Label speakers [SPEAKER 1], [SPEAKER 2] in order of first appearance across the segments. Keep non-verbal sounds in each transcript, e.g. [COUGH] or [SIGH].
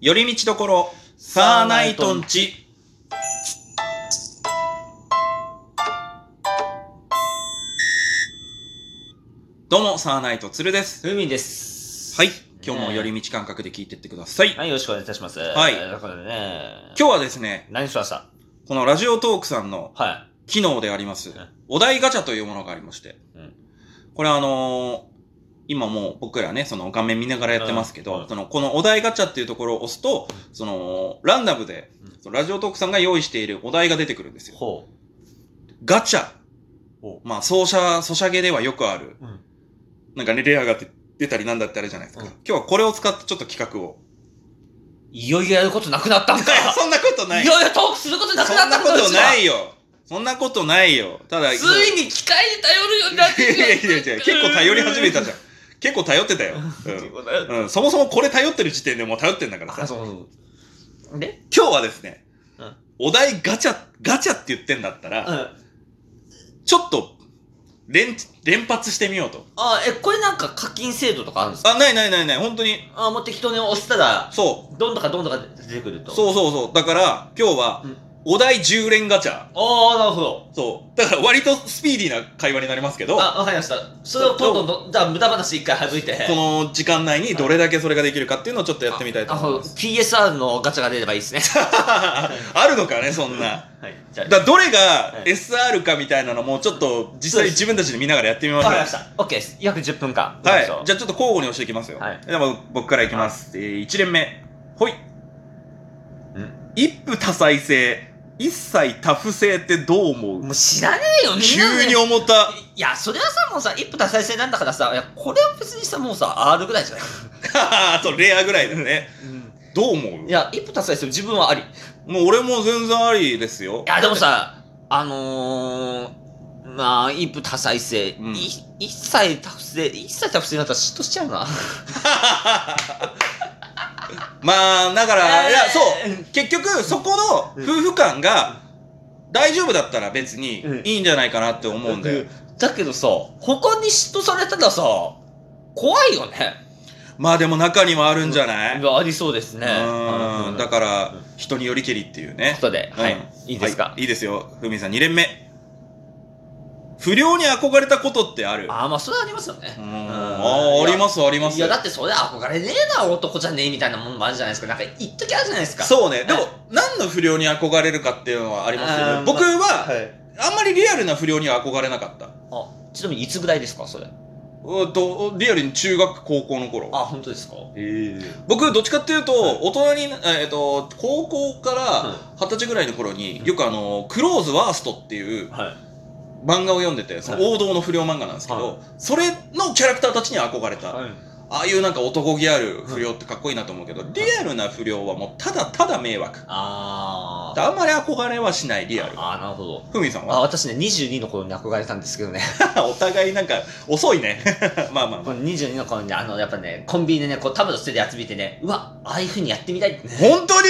[SPEAKER 1] 寄り道どころ、サーナイトンチ。どうも、サーナイトつるです。
[SPEAKER 2] ふみです。
[SPEAKER 1] はい。今日も寄り道感覚で聞いてってください。
[SPEAKER 2] はい、よろしくお願いいたします。
[SPEAKER 1] はい
[SPEAKER 2] だからね、
[SPEAKER 1] 今日はですね、
[SPEAKER 2] 何しました
[SPEAKER 1] このラジオトークさんの
[SPEAKER 2] は
[SPEAKER 1] 機能であります
[SPEAKER 2] うん、
[SPEAKER 1] お題ガチャというものがありまして、
[SPEAKER 2] うん
[SPEAKER 1] これあのー今もう僕らね、その画面見ながらやってますけど、
[SPEAKER 2] うん
[SPEAKER 1] そのこのお題ガチャっていうところを押すと、そのランダムで、
[SPEAKER 2] うん
[SPEAKER 1] そのラジオトークさんが用意しているお題が出てくるんです
[SPEAKER 2] い。
[SPEAKER 1] よ。
[SPEAKER 2] ほ
[SPEAKER 1] ガチャ。
[SPEAKER 2] う。ほ
[SPEAKER 1] まあ、ソシャ、ソシャゲではよくある、
[SPEAKER 2] う。うん。
[SPEAKER 1] なんかね、レアが出出たりなんだってあるじゃないですか。
[SPEAKER 2] うん
[SPEAKER 1] 今日はこれを使ってちょっと企画を。
[SPEAKER 2] いよいよやることなくなったんかよ
[SPEAKER 1] [LAUGHS] そんなことない
[SPEAKER 2] い。よいよトークすることなく
[SPEAKER 1] そ
[SPEAKER 2] なっ
[SPEAKER 1] ん
[SPEAKER 2] た
[SPEAKER 1] なことな
[SPEAKER 2] よ
[SPEAKER 1] いよ。そんなことないよ。ただ、
[SPEAKER 2] ついに機械に頼るようになって
[SPEAKER 1] いやいやい
[SPEAKER 2] きた
[SPEAKER 1] やいや、結構頼り始めたじゃん。結構頼ってたよ。
[SPEAKER 2] 結構頼る
[SPEAKER 1] うん。うん、そもそもこれ頼ってる時点でもう頼ってんだから
[SPEAKER 2] あ、
[SPEAKER 1] さ。
[SPEAKER 2] そうそうそう。で
[SPEAKER 1] 今日はですね、
[SPEAKER 2] うん
[SPEAKER 1] お題ガチャ、ガチャって言ってんだった
[SPEAKER 2] う
[SPEAKER 1] ら、
[SPEAKER 2] ん。
[SPEAKER 1] ちょっと連、連発してみようと。
[SPEAKER 2] あ、え、これなんか課金制度とかあるんですか
[SPEAKER 1] あ、ないないないない、本当に。
[SPEAKER 2] あ、もう適当に押したら、
[SPEAKER 1] そ
[SPEAKER 2] どんとかどんとか出てくる
[SPEAKER 1] う。
[SPEAKER 2] と。う。
[SPEAKER 1] そうそうそう。だから、今日は
[SPEAKER 2] うん、
[SPEAKER 1] お題10連ガチャ。
[SPEAKER 2] ああ、なるほど。
[SPEAKER 1] そう。だから割とスピーディーな会話になりますけど、こ
[SPEAKER 2] あ、わかりました。それをどんどんどん、じゃあ無駄話一回省いて。
[SPEAKER 1] の時間内にどれだけそれができるかっていうのをちょっとやってみたいと
[SPEAKER 2] あ
[SPEAKER 1] 思います。
[SPEAKER 2] PSR のガチャが出ればいいですね。
[SPEAKER 1] [LAUGHS] あるのかね、そんな。
[SPEAKER 2] はい。じゃ
[SPEAKER 1] だからどれが
[SPEAKER 2] はい
[SPEAKER 1] SR かみたいなのもちょっと実
[SPEAKER 2] そう
[SPEAKER 1] 際
[SPEAKER 2] です
[SPEAKER 1] 自分たちで見ながらやってみま
[SPEAKER 2] あ、
[SPEAKER 1] しょう。
[SPEAKER 2] わかりました。OK です。約10分間。
[SPEAKER 1] はい。じゃ
[SPEAKER 2] 行
[SPEAKER 1] あ
[SPEAKER 2] きま
[SPEAKER 1] ち
[SPEAKER 2] しょ
[SPEAKER 1] ょっと交互に押していきますよ。
[SPEAKER 2] はい
[SPEAKER 1] でも僕からいきます。えー、1連目。ほい。
[SPEAKER 2] う
[SPEAKER 1] 一夫多妻制、一妻多夫制ってどう思
[SPEAKER 2] ん
[SPEAKER 1] う
[SPEAKER 2] もう知らねえよ、みんなね
[SPEAKER 1] 急に思った。
[SPEAKER 2] いや、それはさ、もうさ、一歩多再生なんだからさ、いや、これは別にさ、もうさ、R ぐらいじゃな
[SPEAKER 1] [LAUGHS]
[SPEAKER 2] い、
[SPEAKER 1] そう、レアぐらいだね。どう思う
[SPEAKER 2] いや、一歩多再生自分はあり。い
[SPEAKER 1] もう俺も全然ありですよ。
[SPEAKER 2] や、でもさ、あのー、まあ、一歩多再生、
[SPEAKER 1] うん
[SPEAKER 2] い一切多不正、一切多不正になったら嫉妬しちゃうな。
[SPEAKER 1] まあ、だから、いや、そう。
[SPEAKER 2] う。
[SPEAKER 1] 結局、そこの夫婦間が、大丈夫だったら別に
[SPEAKER 2] うん
[SPEAKER 1] いいんじゃないかなって思うんだよ。
[SPEAKER 2] だけどさ、他に嫉妬されたらさ、怖いよね。
[SPEAKER 1] まあでも中にはあるんじゃない
[SPEAKER 2] いやありそうですね。
[SPEAKER 1] うん。だか
[SPEAKER 2] う
[SPEAKER 1] ら
[SPEAKER 2] ん、
[SPEAKER 1] 人によりけりっていうね。
[SPEAKER 2] ことで、はい、いいですか、
[SPEAKER 1] はいいいですよ。ふみさん、2連目。不良に憧れたことってある
[SPEAKER 2] ああ、まあ、それはありますよね。
[SPEAKER 1] うん
[SPEAKER 2] うん
[SPEAKER 1] あーあります、あります
[SPEAKER 2] いや、。だってそれ憧れねえな、男じゃねえみたいなもんもあるじゃないですか。なんか、一時あるじゃないですか。う。
[SPEAKER 1] そうね。でも、何の不良に憧れるかっていうのはありますよ
[SPEAKER 2] う
[SPEAKER 1] ね。
[SPEAKER 2] ん
[SPEAKER 1] 僕は、
[SPEAKER 2] はい。
[SPEAKER 1] あんまりリアルな不良には憧れなかった。
[SPEAKER 2] あ、ちなみにいつぐらいですか、それ。
[SPEAKER 1] うんと、リアルに中学、高校の頃
[SPEAKER 2] あ、。本当ですかええ
[SPEAKER 1] 僕、どっちかっていうと、
[SPEAKER 2] はい
[SPEAKER 1] 大人に、えっ、と、高校から二十歳ぐらいの頃に、よくあの、クローズワーストっていう
[SPEAKER 2] はい。
[SPEAKER 1] 漫画を読んでて、その王道の不良漫画なんですけど、
[SPEAKER 2] は
[SPEAKER 1] それのキャラクターたちに憧れた。
[SPEAKER 2] はい。
[SPEAKER 1] ああいうなんか男気ある不良ってかっこいいなと思うけど、リアルな不良はもうただただ迷惑。
[SPEAKER 2] あー。
[SPEAKER 1] あんまり憧れはしない、リアル。
[SPEAKER 2] あー、なるほど。
[SPEAKER 1] ふみさんは
[SPEAKER 2] あ、私ね、22の頃に憧れたんです
[SPEAKER 1] [LAUGHS]
[SPEAKER 2] けどね。
[SPEAKER 1] お互いなんか遅いね。 [LAUGHS] まあまあま
[SPEAKER 2] この22の頃に、あの、やっぱね、コンビニでね、こう、タブの捨てで集めてね、うわ、ああいう風にやってみたいって
[SPEAKER 1] あ。
[SPEAKER 2] ね。
[SPEAKER 1] 本当に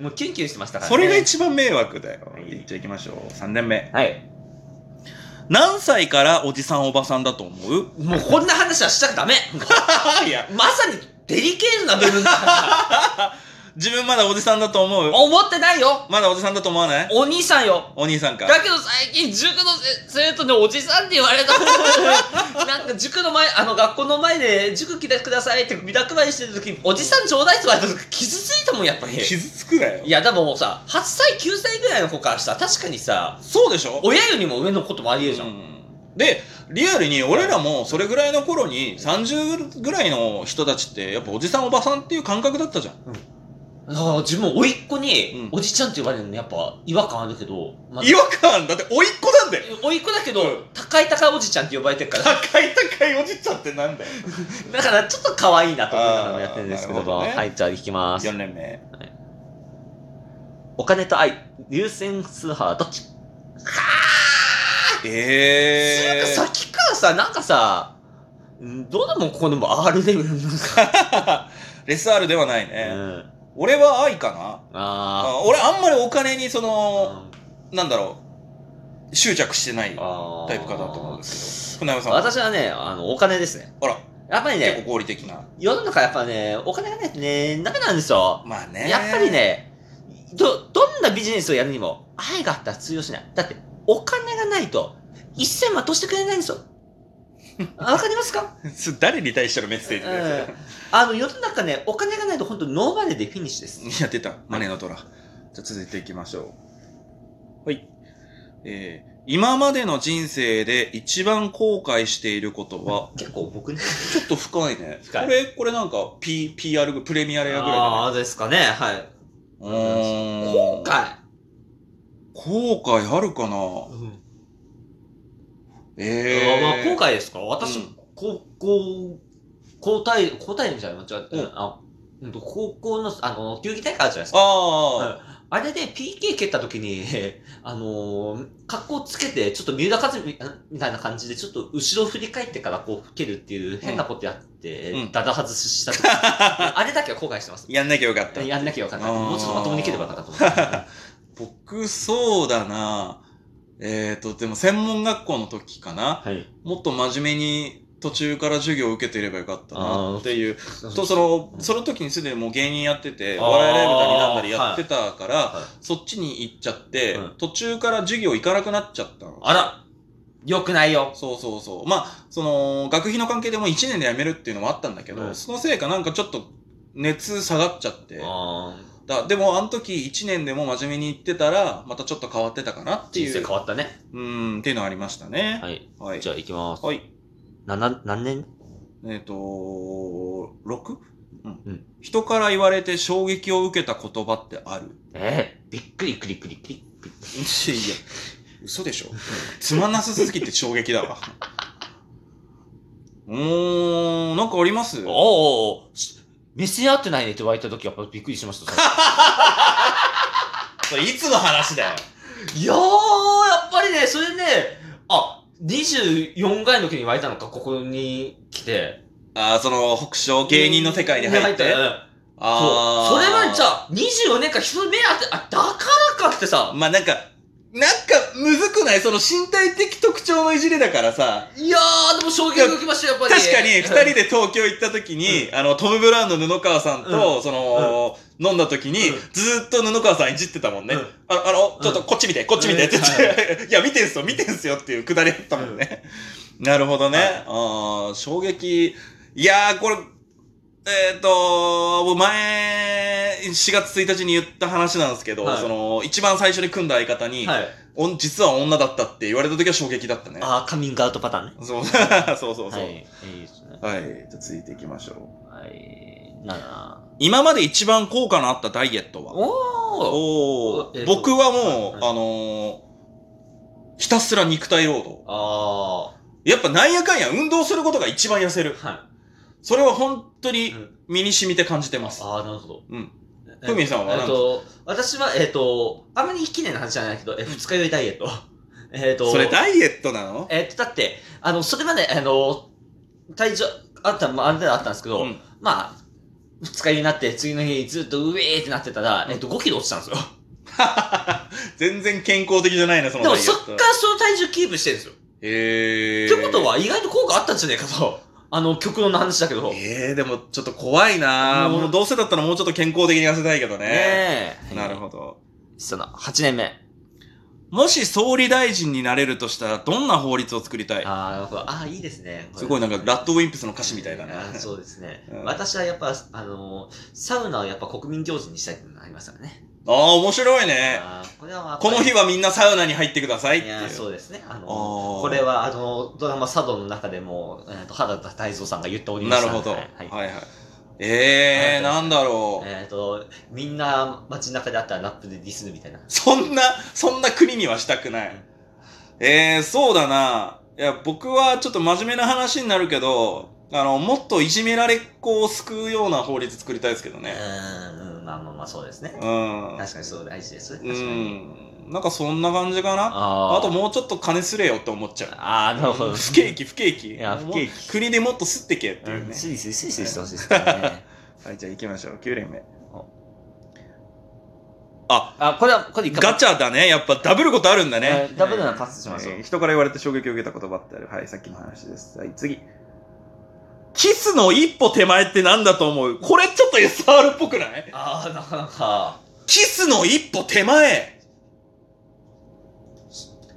[SPEAKER 2] もうキュンキュンしてましたからね。
[SPEAKER 1] それが一番迷惑だよ。
[SPEAKER 2] はい
[SPEAKER 1] じゃあ行きましょう。3年目。
[SPEAKER 2] はい。
[SPEAKER 1] 何歳からおじさんおばさんだと思う
[SPEAKER 2] もうこんな話はしちゃダメ
[SPEAKER 1] いや、
[SPEAKER 2] まさにデリケートな部分だから。
[SPEAKER 1] 自分まだおじさんだと思う
[SPEAKER 2] 思ってないよ
[SPEAKER 1] まだおじさんだと思わない
[SPEAKER 2] お兄さんよ
[SPEAKER 1] お兄さんか。
[SPEAKER 2] だけど最近塾の生徒におじさんって言われたなんか塾の前あの学校の前で塾来てくださいって見たくりしてる時におじさんちょうだいって言われた時傷ついたもんやっぱり
[SPEAKER 1] 傷つくなよ
[SPEAKER 2] い。やでももうさ8歳9歳ぐらいの子からしたら確かにさ
[SPEAKER 1] そうでしょ
[SPEAKER 2] 親よりも上のこともありえるじゃん、
[SPEAKER 1] うんで、リアルに俺らもそれぐらいの頃に30ぐらいの人たちってやっぱおじさんおばさんっていう感覚だったじゃん。
[SPEAKER 2] ああ自分甥っ子に
[SPEAKER 1] うん
[SPEAKER 2] おじちゃんって言われるのやっぱ違和感あるけど、まあ
[SPEAKER 1] 違和感だって甥っ子なんだよ。
[SPEAKER 2] 甥っ子だけど、
[SPEAKER 1] うん
[SPEAKER 2] 高い高いおじちゃんって呼ばれてるから
[SPEAKER 1] 高い高いおじっちゃんってなんだよ。
[SPEAKER 2] だからちょっと可愛いなと思いながらやってるんですけど
[SPEAKER 1] あーなるほどね
[SPEAKER 2] はいじゃあ行きます
[SPEAKER 1] 4年目。
[SPEAKER 2] お金と愛優先数派はどっち
[SPEAKER 1] え
[SPEAKER 2] っていうかさっきからさなんかさうんどうでもここでも R レベルなんか、
[SPEAKER 1] レス R ではないう [LAUGHS] ね。
[SPEAKER 2] ん、
[SPEAKER 1] 俺は愛かな
[SPEAKER 2] あ
[SPEAKER 1] あ俺あんまりお金にそ
[SPEAKER 2] ー
[SPEAKER 1] の、なんだろう、執着してない
[SPEAKER 2] あー
[SPEAKER 1] タイプかなと思うんですけど。船山さんは
[SPEAKER 2] 私はねあのお金ですね
[SPEAKER 1] あら、
[SPEAKER 2] やっぱり
[SPEAKER 1] 結
[SPEAKER 2] ね、
[SPEAKER 1] 構合理的な。
[SPEAKER 2] 世の中やっぱね、お金がないとね、ダメなんですよ。
[SPEAKER 1] まあね。
[SPEAKER 2] やっぱり。ね、ど、どんなビジネスをやるにも、愛があったら通用しない。だって、お金がないと、一銭はとしてくれないんです
[SPEAKER 1] [LAUGHS]
[SPEAKER 2] よ。あわかりますか
[SPEAKER 1] [LAUGHS] 誰に対してのメッセージだよ
[SPEAKER 2] うんあの、世の中ね、お金がないと本当ノーマネでフィニッシュです
[SPEAKER 1] それ。。いや、出た。マネーの虎。じゃあ続いていきましょう。はい。えー、今までの人生で一番後悔していること
[SPEAKER 2] [LAUGHS]
[SPEAKER 1] は、
[SPEAKER 2] 結構僕ね。
[SPEAKER 1] ちょっと深いね。
[SPEAKER 2] 深い
[SPEAKER 1] これ、これなんか、P、PR ぐ、プレミアレアぐらい
[SPEAKER 2] あ
[SPEAKER 1] だね。
[SPEAKER 2] あ、ですかね。はい。
[SPEAKER 1] うーん
[SPEAKER 2] 後悔。
[SPEAKER 1] 後悔あるかなええ
[SPEAKER 2] あまあ、後悔ですか私、
[SPEAKER 1] うん
[SPEAKER 2] 高校、高体、高体連じゃない間違って、
[SPEAKER 1] うん
[SPEAKER 2] あうんと高校の、あの、球技大会あるじゃないですか。
[SPEAKER 1] ああ、
[SPEAKER 2] あれで PK 蹴った時に、 [LAUGHS] あのー、格好つけて、ちょっと三浦和美みたいな感じで、ちょっと後ろ振り返ってからこう蹴るっていう変なことやって、
[SPEAKER 1] うん
[SPEAKER 2] ダダ外しした [LAUGHS] 時、あれだけは後悔してます。
[SPEAKER 1] やんなきゃよかった。
[SPEAKER 2] やんなきゃよかった。
[SPEAKER 1] あー
[SPEAKER 2] もうちょっとまともに蹴ればよかったと思って。
[SPEAKER 1] 僕、そうだな。えっ、と、でも専門学校の時かな。
[SPEAKER 2] [LAUGHS] はい。
[SPEAKER 1] もっと真面目に途中から授業を受けてればよかったなっていう。と、その、その時にすでにもう芸人やってて、
[SPEAKER 2] あー
[SPEAKER 1] お笑いライブだになんだりやってたから、
[SPEAKER 2] はい
[SPEAKER 1] そっちに行っちゃって、
[SPEAKER 2] うん
[SPEAKER 1] 途中から授業行かなくなっちゃったの。
[SPEAKER 2] あら、よくないよ。
[SPEAKER 1] そうそうそう。まあ、その、学費の関係でもう1年で辞めるっていうのもあったんだけど、
[SPEAKER 2] うん
[SPEAKER 1] そのせいかなんかちょっと熱下がっちゃって。
[SPEAKER 2] あー
[SPEAKER 1] だでも、あの時1年でも真面目に行ってたら、またちょっと変わってたかなって
[SPEAKER 2] 人
[SPEAKER 1] い
[SPEAKER 2] 生
[SPEAKER 1] う。
[SPEAKER 2] 変わったね。
[SPEAKER 1] うん、っていうのはありましたね。
[SPEAKER 2] はい。
[SPEAKER 1] はい。
[SPEAKER 2] じゃあ行きます。
[SPEAKER 1] はい。
[SPEAKER 2] な、な、何年
[SPEAKER 1] えっ、と 6? うん、
[SPEAKER 2] うん
[SPEAKER 1] 人から言われて衝撃を受けた言葉ってある [LAUGHS]
[SPEAKER 2] ええびっくりくりくりくりくり。
[SPEAKER 1] いや、嘘でしょ。つまんなさすぎて衝撃だわ。 [LAUGHS] うーん、なんかあります
[SPEAKER 2] おうおうおうし目線合ってないねって言われた時やっぱびっくりしま [LAUGHS] した。
[SPEAKER 1] それいつの話だよ。
[SPEAKER 2] いやー、やっぱりね、それね、あ、24回の時に言われたのか、ここに来て。
[SPEAKER 1] ああ、その、北昇芸人の世界に入って。
[SPEAKER 2] うん
[SPEAKER 1] ああ
[SPEAKER 2] そ
[SPEAKER 1] ー。
[SPEAKER 2] うそれはじゃあ、24年間人の目当て、あ、だからかってさ、
[SPEAKER 1] まあなんか、なんか、むずくないその身体的特徴のいじりだからさ。
[SPEAKER 2] いやー、でも衝撃が受けましたよ、やっぱり。
[SPEAKER 1] 確かに、二人
[SPEAKER 2] うん
[SPEAKER 1] で東京行った時に、あの、トム・ブラウンの布川さんと、その、飲んだ時に、
[SPEAKER 2] うん
[SPEAKER 1] ずーっと布川さんいじってたもんね。
[SPEAKER 2] うん
[SPEAKER 1] あの、あの、ちょっと
[SPEAKER 2] うん
[SPEAKER 1] こっち見て、こっち見てって言って、 [LAUGHS] いや、見てんすよ、見てんすよっていうくだりだったもんね。なるほどね。
[SPEAKER 2] はい
[SPEAKER 1] ああ、衝撃。いやー、これ、えっ、と、もう前、4月1日に言った話なんですけど、
[SPEAKER 2] はい
[SPEAKER 1] その、一番最初に組んだ相方に、
[SPEAKER 2] はい。
[SPEAKER 1] おん実は女だったって言われた時は衝撃だったね。
[SPEAKER 2] あー、カミングアウトパターンね。
[SPEAKER 1] そう [LAUGHS] そうそうそう。
[SPEAKER 2] はい。いいですね。
[SPEAKER 1] はい、じゃあ続いていきましょう。
[SPEAKER 2] はい。なあ。
[SPEAKER 1] 今まで一番効果のあったダイエットは
[SPEAKER 2] おお
[SPEAKER 1] お
[SPEAKER 2] え
[SPEAKER 1] ー
[SPEAKER 2] っと
[SPEAKER 1] 僕はもう、
[SPEAKER 2] はい
[SPEAKER 1] あのー、ひたすら肉体労働。
[SPEAKER 2] あ
[SPEAKER 1] やっぱなんやかんや運動することが一番痩せ
[SPEAKER 2] あ。
[SPEAKER 1] る。
[SPEAKER 2] は
[SPEAKER 1] それは本当
[SPEAKER 2] い。
[SPEAKER 1] に
[SPEAKER 2] うん
[SPEAKER 1] 身に染みて感じてます。
[SPEAKER 2] ああ、なるほど。
[SPEAKER 1] うん
[SPEAKER 2] え。
[SPEAKER 1] ふみさんは
[SPEAKER 2] えっと、私は、えっと、あんまり記念の話じゃないけど、え、二日酔いダイエット。 [LAUGHS] えっと、
[SPEAKER 1] それダイエットなの
[SPEAKER 2] えっと、だって、あの、それまで、あの、体重、あった、まあ、ある程度あったんですけど、
[SPEAKER 1] うん
[SPEAKER 2] まあ、二日酔いになって、次の日ずっとうえーってなってたら、えっと、5キロ落ちたんですよ。
[SPEAKER 1] 全然健康的じゃないな、その
[SPEAKER 2] で
[SPEAKER 1] ダイエッ
[SPEAKER 2] も、そ
[SPEAKER 1] ト。
[SPEAKER 2] っからその体重キープしてるんですよ。
[SPEAKER 1] え
[SPEAKER 2] っ
[SPEAKER 1] ー。
[SPEAKER 2] てことは、意外と効果あったんじゃねえ
[SPEAKER 1] [LAUGHS]
[SPEAKER 2] かと。あの、極論の話だけど。ね
[SPEAKER 1] えー、でもちょっと怖いな
[SPEAKER 2] うん
[SPEAKER 1] もうどうせだったらもうちょっと健康的に痩せたいけどね。
[SPEAKER 2] え
[SPEAKER 1] なるほど。
[SPEAKER 2] その、8年目。
[SPEAKER 1] もし総理大臣になれるとしたらどんな法律を作りたい
[SPEAKER 2] ああ、なるほど。ああ、いいですね。
[SPEAKER 1] すごいなんか、ラッドウィンプスの歌詞みたいだ
[SPEAKER 2] あ
[SPEAKER 1] な。
[SPEAKER 2] ー。そうですね
[SPEAKER 1] うん
[SPEAKER 2] 私はやっぱ、あのーサウナをやっぱ国民行事にしたいっていうのがありますからね。
[SPEAKER 1] ああ、面白いね。
[SPEAKER 2] あーこれはまあ
[SPEAKER 1] この日
[SPEAKER 2] い
[SPEAKER 1] はみんなサウナに入ってくださいっていう。
[SPEAKER 2] やー、そうですね。あのー
[SPEAKER 1] あー
[SPEAKER 2] これは、あのードラマ、佐渡の中でも、えー、と原田泰造さんが言っておりま
[SPEAKER 1] な
[SPEAKER 2] し
[SPEAKER 1] るほ
[SPEAKER 2] たので
[SPEAKER 1] ど。は
[SPEAKER 2] はいい
[SPEAKER 1] はい。えー、なんだろう。
[SPEAKER 2] えっ、と、みんな街中であったらラップでディスるみたいな。
[SPEAKER 1] そんな、そんな国にはしたくない。えー、そうだな。いや、僕はちょっと真面目な話になるけど、あの、もっといじめられっ子を救うような法律作りたいですけど
[SPEAKER 2] う
[SPEAKER 1] ね。
[SPEAKER 2] ーん、うんまあまあまあ、そうですね。
[SPEAKER 1] うん。
[SPEAKER 2] 確かにそう大事です。確
[SPEAKER 1] う
[SPEAKER 2] かに。
[SPEAKER 1] ん。なんかそんな感じかな。
[SPEAKER 2] あ
[SPEAKER 1] あ
[SPEAKER 2] ー
[SPEAKER 1] ともうちょっと金すれよって思っちゃう。
[SPEAKER 2] あー、なるほど。
[SPEAKER 1] 不景気、不景気。
[SPEAKER 2] いや不景気
[SPEAKER 1] 国でもっと吸ってけっていう
[SPEAKER 2] うん
[SPEAKER 1] ね。
[SPEAKER 2] スイスイスイスイしてほしいですから
[SPEAKER 1] [LAUGHS]
[SPEAKER 2] ね。
[SPEAKER 1] はい、じゃあ行きましょう。9連目。
[SPEAKER 2] あ、これは、これ一回
[SPEAKER 1] ガチャだね。やっぱダブることあるんだね
[SPEAKER 2] え。ーダブるならパスしましょう
[SPEAKER 1] えー人から言われて衝撃を受けた言葉ってある。はい、さっきの話です。はい、次。キスの一歩手前ってなんだと思うこれちょっと SR っぽくない
[SPEAKER 2] ああ、なかなか。
[SPEAKER 1] キスの一歩手前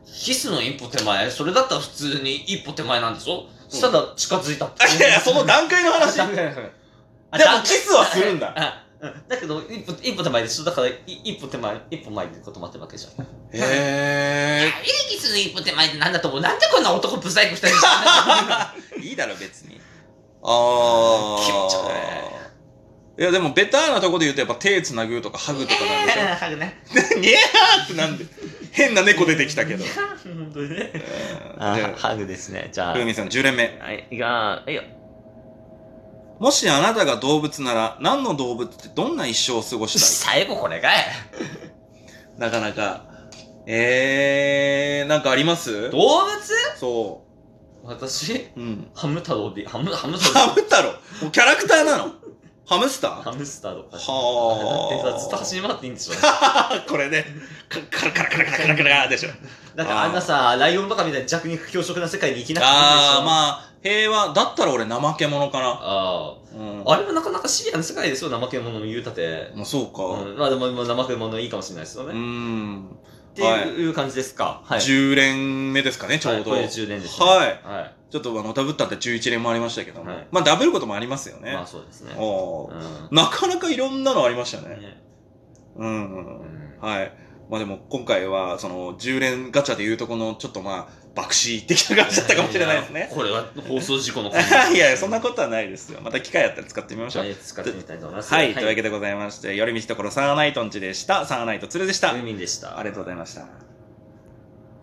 [SPEAKER 2] キスの一歩手前それだったら普通に一歩手前なんでしょ、したら近づいたって
[SPEAKER 1] あ。いやいや、その段階の話。
[SPEAKER 2] あ
[SPEAKER 1] でも
[SPEAKER 2] あ
[SPEAKER 1] キスはするんだ。
[SPEAKER 2] あうんだけど、一歩、一歩手前でしょだから、い一歩手前、一歩前ってこともあってるわけじゃん。
[SPEAKER 1] へ
[SPEAKER 2] エレキスの一歩手前ってなんだと思うなんでこんな男ブサイクしたりしてんの
[SPEAKER 1] ー。 [LAUGHS] いいだろ、別に。あー。
[SPEAKER 2] 気持ち悪
[SPEAKER 1] い。いや、でも、ベターなとこで言うと、やっぱ手つなぐとかハグとかなんでしょ [LAUGHS]
[SPEAKER 2] [LAUGHS] ハグね。
[SPEAKER 1] ニャーってなんで変な猫出てきたけど。
[SPEAKER 2] [LAUGHS] 本当にね。
[SPEAKER 1] うんで
[SPEAKER 2] ハグですね。じゃあ。
[SPEAKER 1] ルーミンさん10連目。
[SPEAKER 2] はい、いやー、いや、
[SPEAKER 1] もしあなたが動物なら何の動物ってどんな一生を過ごした
[SPEAKER 2] 最後これかい。
[SPEAKER 1] いなかなか。えー、なんかあります
[SPEAKER 2] 動物
[SPEAKER 1] そ
[SPEAKER 2] 私、
[SPEAKER 1] う。うん。
[SPEAKER 2] ハム太郎で、ハム、ハム太
[SPEAKER 1] ハ
[SPEAKER 2] 郎。
[SPEAKER 1] ム太郎もうキャラクターなのハムスター
[SPEAKER 2] ハムスターとか。
[SPEAKER 1] はー
[SPEAKER 2] だってさ、ずっと走り回っていいんでしょ
[SPEAKER 1] [LAUGHS] これね、カラカラカラカラカラカラカラでしょ。
[SPEAKER 2] なんかあんなさ、ライオンとかみたいな弱肉強食な世界に生きなくていいんでし
[SPEAKER 1] あ
[SPEAKER 2] ょ
[SPEAKER 1] ー、まあ、平和。だったら俺怠け者かな。
[SPEAKER 2] あ
[SPEAKER 1] うん。
[SPEAKER 2] あ。あれもなかなかシビアな世界ですよ、怠け者の言うたて。
[SPEAKER 1] もうそうか。
[SPEAKER 2] うん、まあでも、まあ怠け者いいかもしれないですよ
[SPEAKER 1] う
[SPEAKER 2] ね。
[SPEAKER 1] ん。
[SPEAKER 2] っていう感じですか。はい。
[SPEAKER 1] 10連目ですかね、ちょうど。
[SPEAKER 2] はいこれ10連ですね
[SPEAKER 1] はい。
[SPEAKER 2] は
[SPEAKER 1] ちょっとあの、ダブったって11連もありましたけども。
[SPEAKER 2] はい
[SPEAKER 1] まあ、ダブることもありますよ
[SPEAKER 2] い。
[SPEAKER 1] ね。
[SPEAKER 2] まあそうですね。
[SPEAKER 1] おー
[SPEAKER 2] う
[SPEAKER 1] なかなかいろんなのありました
[SPEAKER 2] ん。
[SPEAKER 1] ね。
[SPEAKER 2] ね
[SPEAKER 1] うんうん
[SPEAKER 2] う
[SPEAKER 1] うん。
[SPEAKER 2] ん
[SPEAKER 1] はい。まあでも、今回は、その、10連ガチャでいうとこの、ちょっとまあ、爆死的な感じだったかもしれないですね。
[SPEAKER 2] これは放送事故の
[SPEAKER 1] [LAUGHS] いやいや、そんな
[SPEAKER 2] こ
[SPEAKER 1] ことはないですよ。また機会あったら使ってみましょう。
[SPEAKER 2] 使ってみたいと思います。
[SPEAKER 1] はい、というわけでございまして、寄り道ところサーナイトンチでした。サーナイトツルでした。
[SPEAKER 2] 海でした。
[SPEAKER 1] ありがとうございました。